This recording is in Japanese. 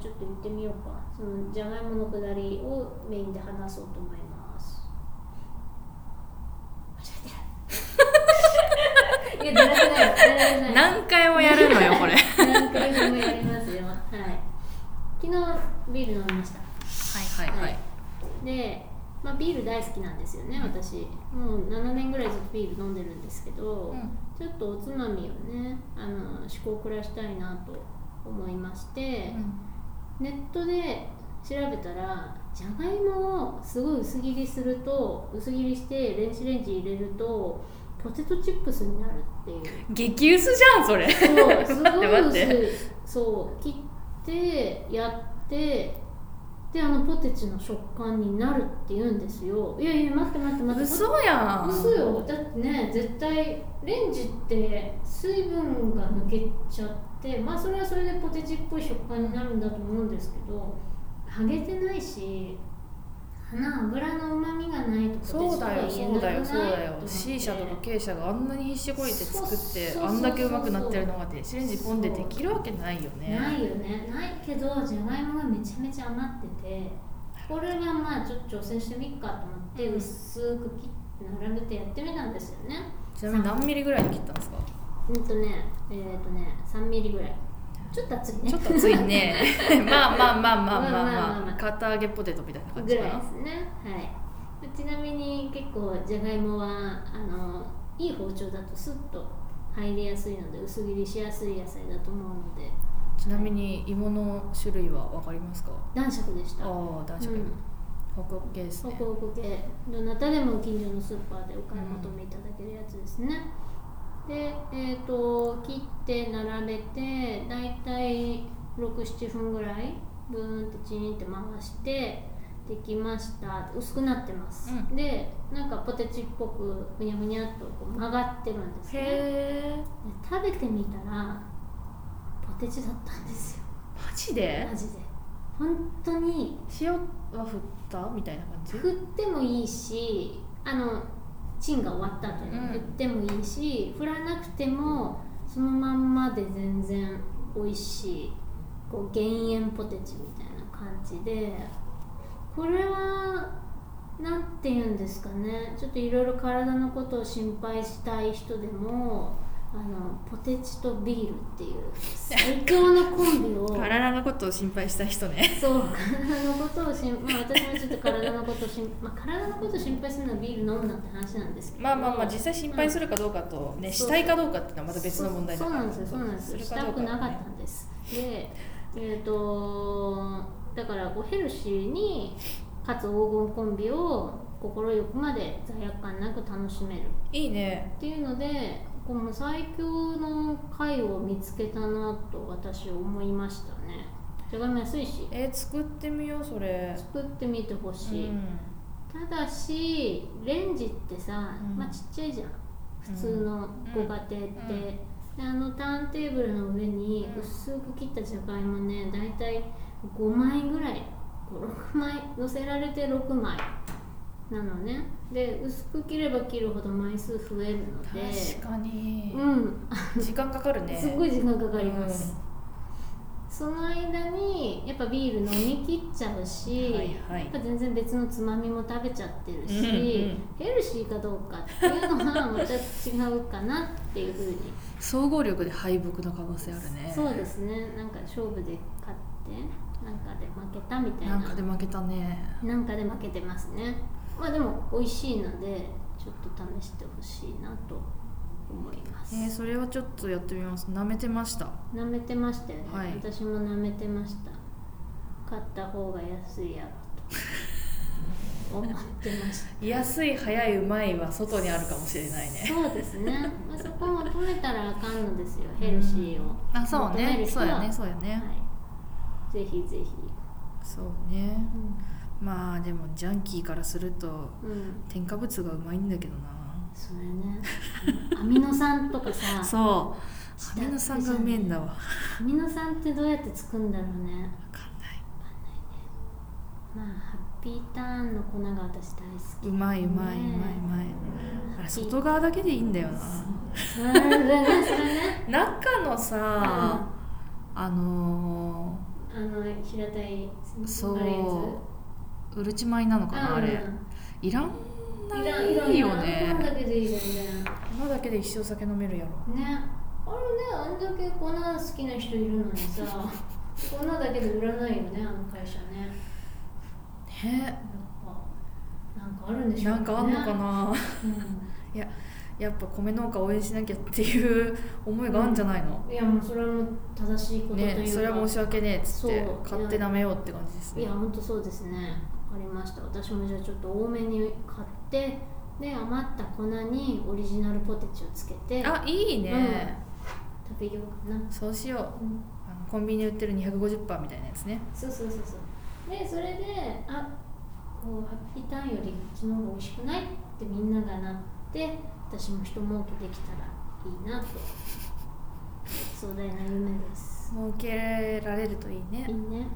ちょっと言ってみようかそのじゃがいものくだりをメインで話そうと思います間違えたいやだらけないだらけない何回もやるのよこれはい何回もやりますよはい昨日ビール飲みましたはいはい、で、まあ、ビール大好きなんですよね私もう7年ぐらいずっとビール飲んでるんですけど、うんちょっとおつまみをねあの趣向を凝らしたいなと思いまして、ネットで調べたらじゃがいもをすごい薄切りすると薄切りして電子レンジ入れるとポテトチップスになるっていう激薄じゃんそれそうすごい 待っ薄てい待そう切ってやってであのポテチの食感になるって言うんですよいやいや待って待って待って嘘やん嘘よだってね絶対レンジって水分が抜けちゃってまあそれはそれでポテチっぽい食感になるんだと思うんですけど揚げてないし花油のうまみがないとポテそチうとはだよ言えそうだよなくそうなだいよと思って C 社とか K 社があんなに必死こいて作ってそうそうそうそうあんだけうまくなってるのが電子レンジポンでできるわけないよねないよねないけどじゃがいもがめちゃめちゃ余っててこれはまあちょっと挑戦してみっかと思って、うん薄く切って並べてやってみたんですよねちなみに何ミリぐらいで切ったんですかうんとねえっ、とね3ミリぐらいちょっと厚いねちょっと熱い ねまあまあまあまあまあまあまあまあままああ片揚げポテトみたいな感ぐじらかいなですねはいちなみに結構じゃがいもはあのいい包丁だとスッと入りやすいので薄切りしやすい野菜だと思うのでちなみに芋の種類は分かりますか男爵でしあたあ男爵う芋んホクホク系ですホねクホク系どなたでも近所のスーパーでお買い求めいただけるやつですね、で、えー、と切って並べてだいたい67分ぐらいブーンってチーンって回してできました薄くなってます、うでなんかポテチっぽくふにゃふにゃっとこう曲がってるんですねでへえ食べてみたらポテチだったんですよマジでマジで本当に塩は振ったみたいな感じ振ってもいいしあのチンが終わった後にうん振ってもいいし、振らなくてもそのまんまで全然美味しいこう減塩ポテチみたいな感じでこれはなんて言うんですかねちょっといろいろ体のことを心配したい人でもあのポテチとビールっていう最強のコンビを 体のことを心配した人ねそう体のことをしん、 まあ、私もちょっと体のことをしん、まあ、体のことを心配するのはビール飲むなって話なんですけど まあまあまあ実際心配するかどうかとね、うんしたいかどうかっていうのはまた別の問題だそうからそうそうなんですよそうなんですよるしたどくうなかはっねたんですでえっ、とだからこうヘルシーにかつ黄金コンビを心よくまで罪悪感なく楽しめるいいねっていうのでこの最強の回を見つけたなと私は思いましたねじゃがいも安いしえー作ってみようそれ作ってみてほしい、うんただしレンジってさ、うんまあ、ちっちゃいじゃん普通のご家庭って、うんであのターンテーブルの上にうん薄く切ったじゃがいもねだいたい5枚ぐらい56枚乗せられて6枚なのねで薄く切れば切るほど枚数増えるので確かに、うん時間かかるねすごい時間かかります、その間にやっぱビール飲み切っちゃうし、はいはいやっぱ全然別のつまみも食べちゃってるし、うんうんヘルシーかどうかっていうのはまた違うかなっていうふ うに総合力で敗北の可能性あるねそうですねなんか勝負で勝ってなんかで負けたみたいななんかで負けたねなんかで負けてますねまあでも美味しいのでちょっと試してほしいなと思います、えー、それはちょっとやってみます舐めてました舐めてましたよね、はい私も舐めてました買った方が安いや ろと思ってました安い早いうまいは外にあるかもしれないねそうですね、まあ、そこを求めたらあかんのですよヘルシーをあそう求めねる人そはうやねそうやね、はい、ぜひぜひそうねうまあでもジャンキーからするとん、うん、添加物がうまいんだけどなそうやねアミノ酸とか さそうアミノ酸がうめえんだわわアミノ酸ってどうやってつくんだろうねかんないまあハッピーターンの粉が私大好きうまいうまいうねまいうまいあれ外側だけでいいんだよなそれ ねそれね中のさ、あのーあの平たいそうあれやうるち米なのつかなあれいらんうんないらんいらんいよいらん粉ねだけでいい全然ね粉だけで一生酒飲めるやろあれねあんだけ粉好きな人いるのにさ粉だけで売らないよねあの会社ねねやっぱなんかあるんでしょうなんかあんのかな、うやっぱ米農家応援しなきゃっていう思いがあるんじゃないの、ん、いやもうそれはもう正しいことというか、ねそれは申し訳ねえっつってそう買って舐めようって感じですいねや本当そうですねわかりました私もじゃあちょっと多めに買ってで余った粉にオリジナルポテチをつけてあいいね、食べようかな、そうしよううんあのコンビニで売ってる250パーみたいなやつねそうそうそうそうでそれであこうハッピーターンよりこっちの方が美味しくないってみんながなって私も一儲けできたらいいなと壮大な夢です儲けられるといいねいいね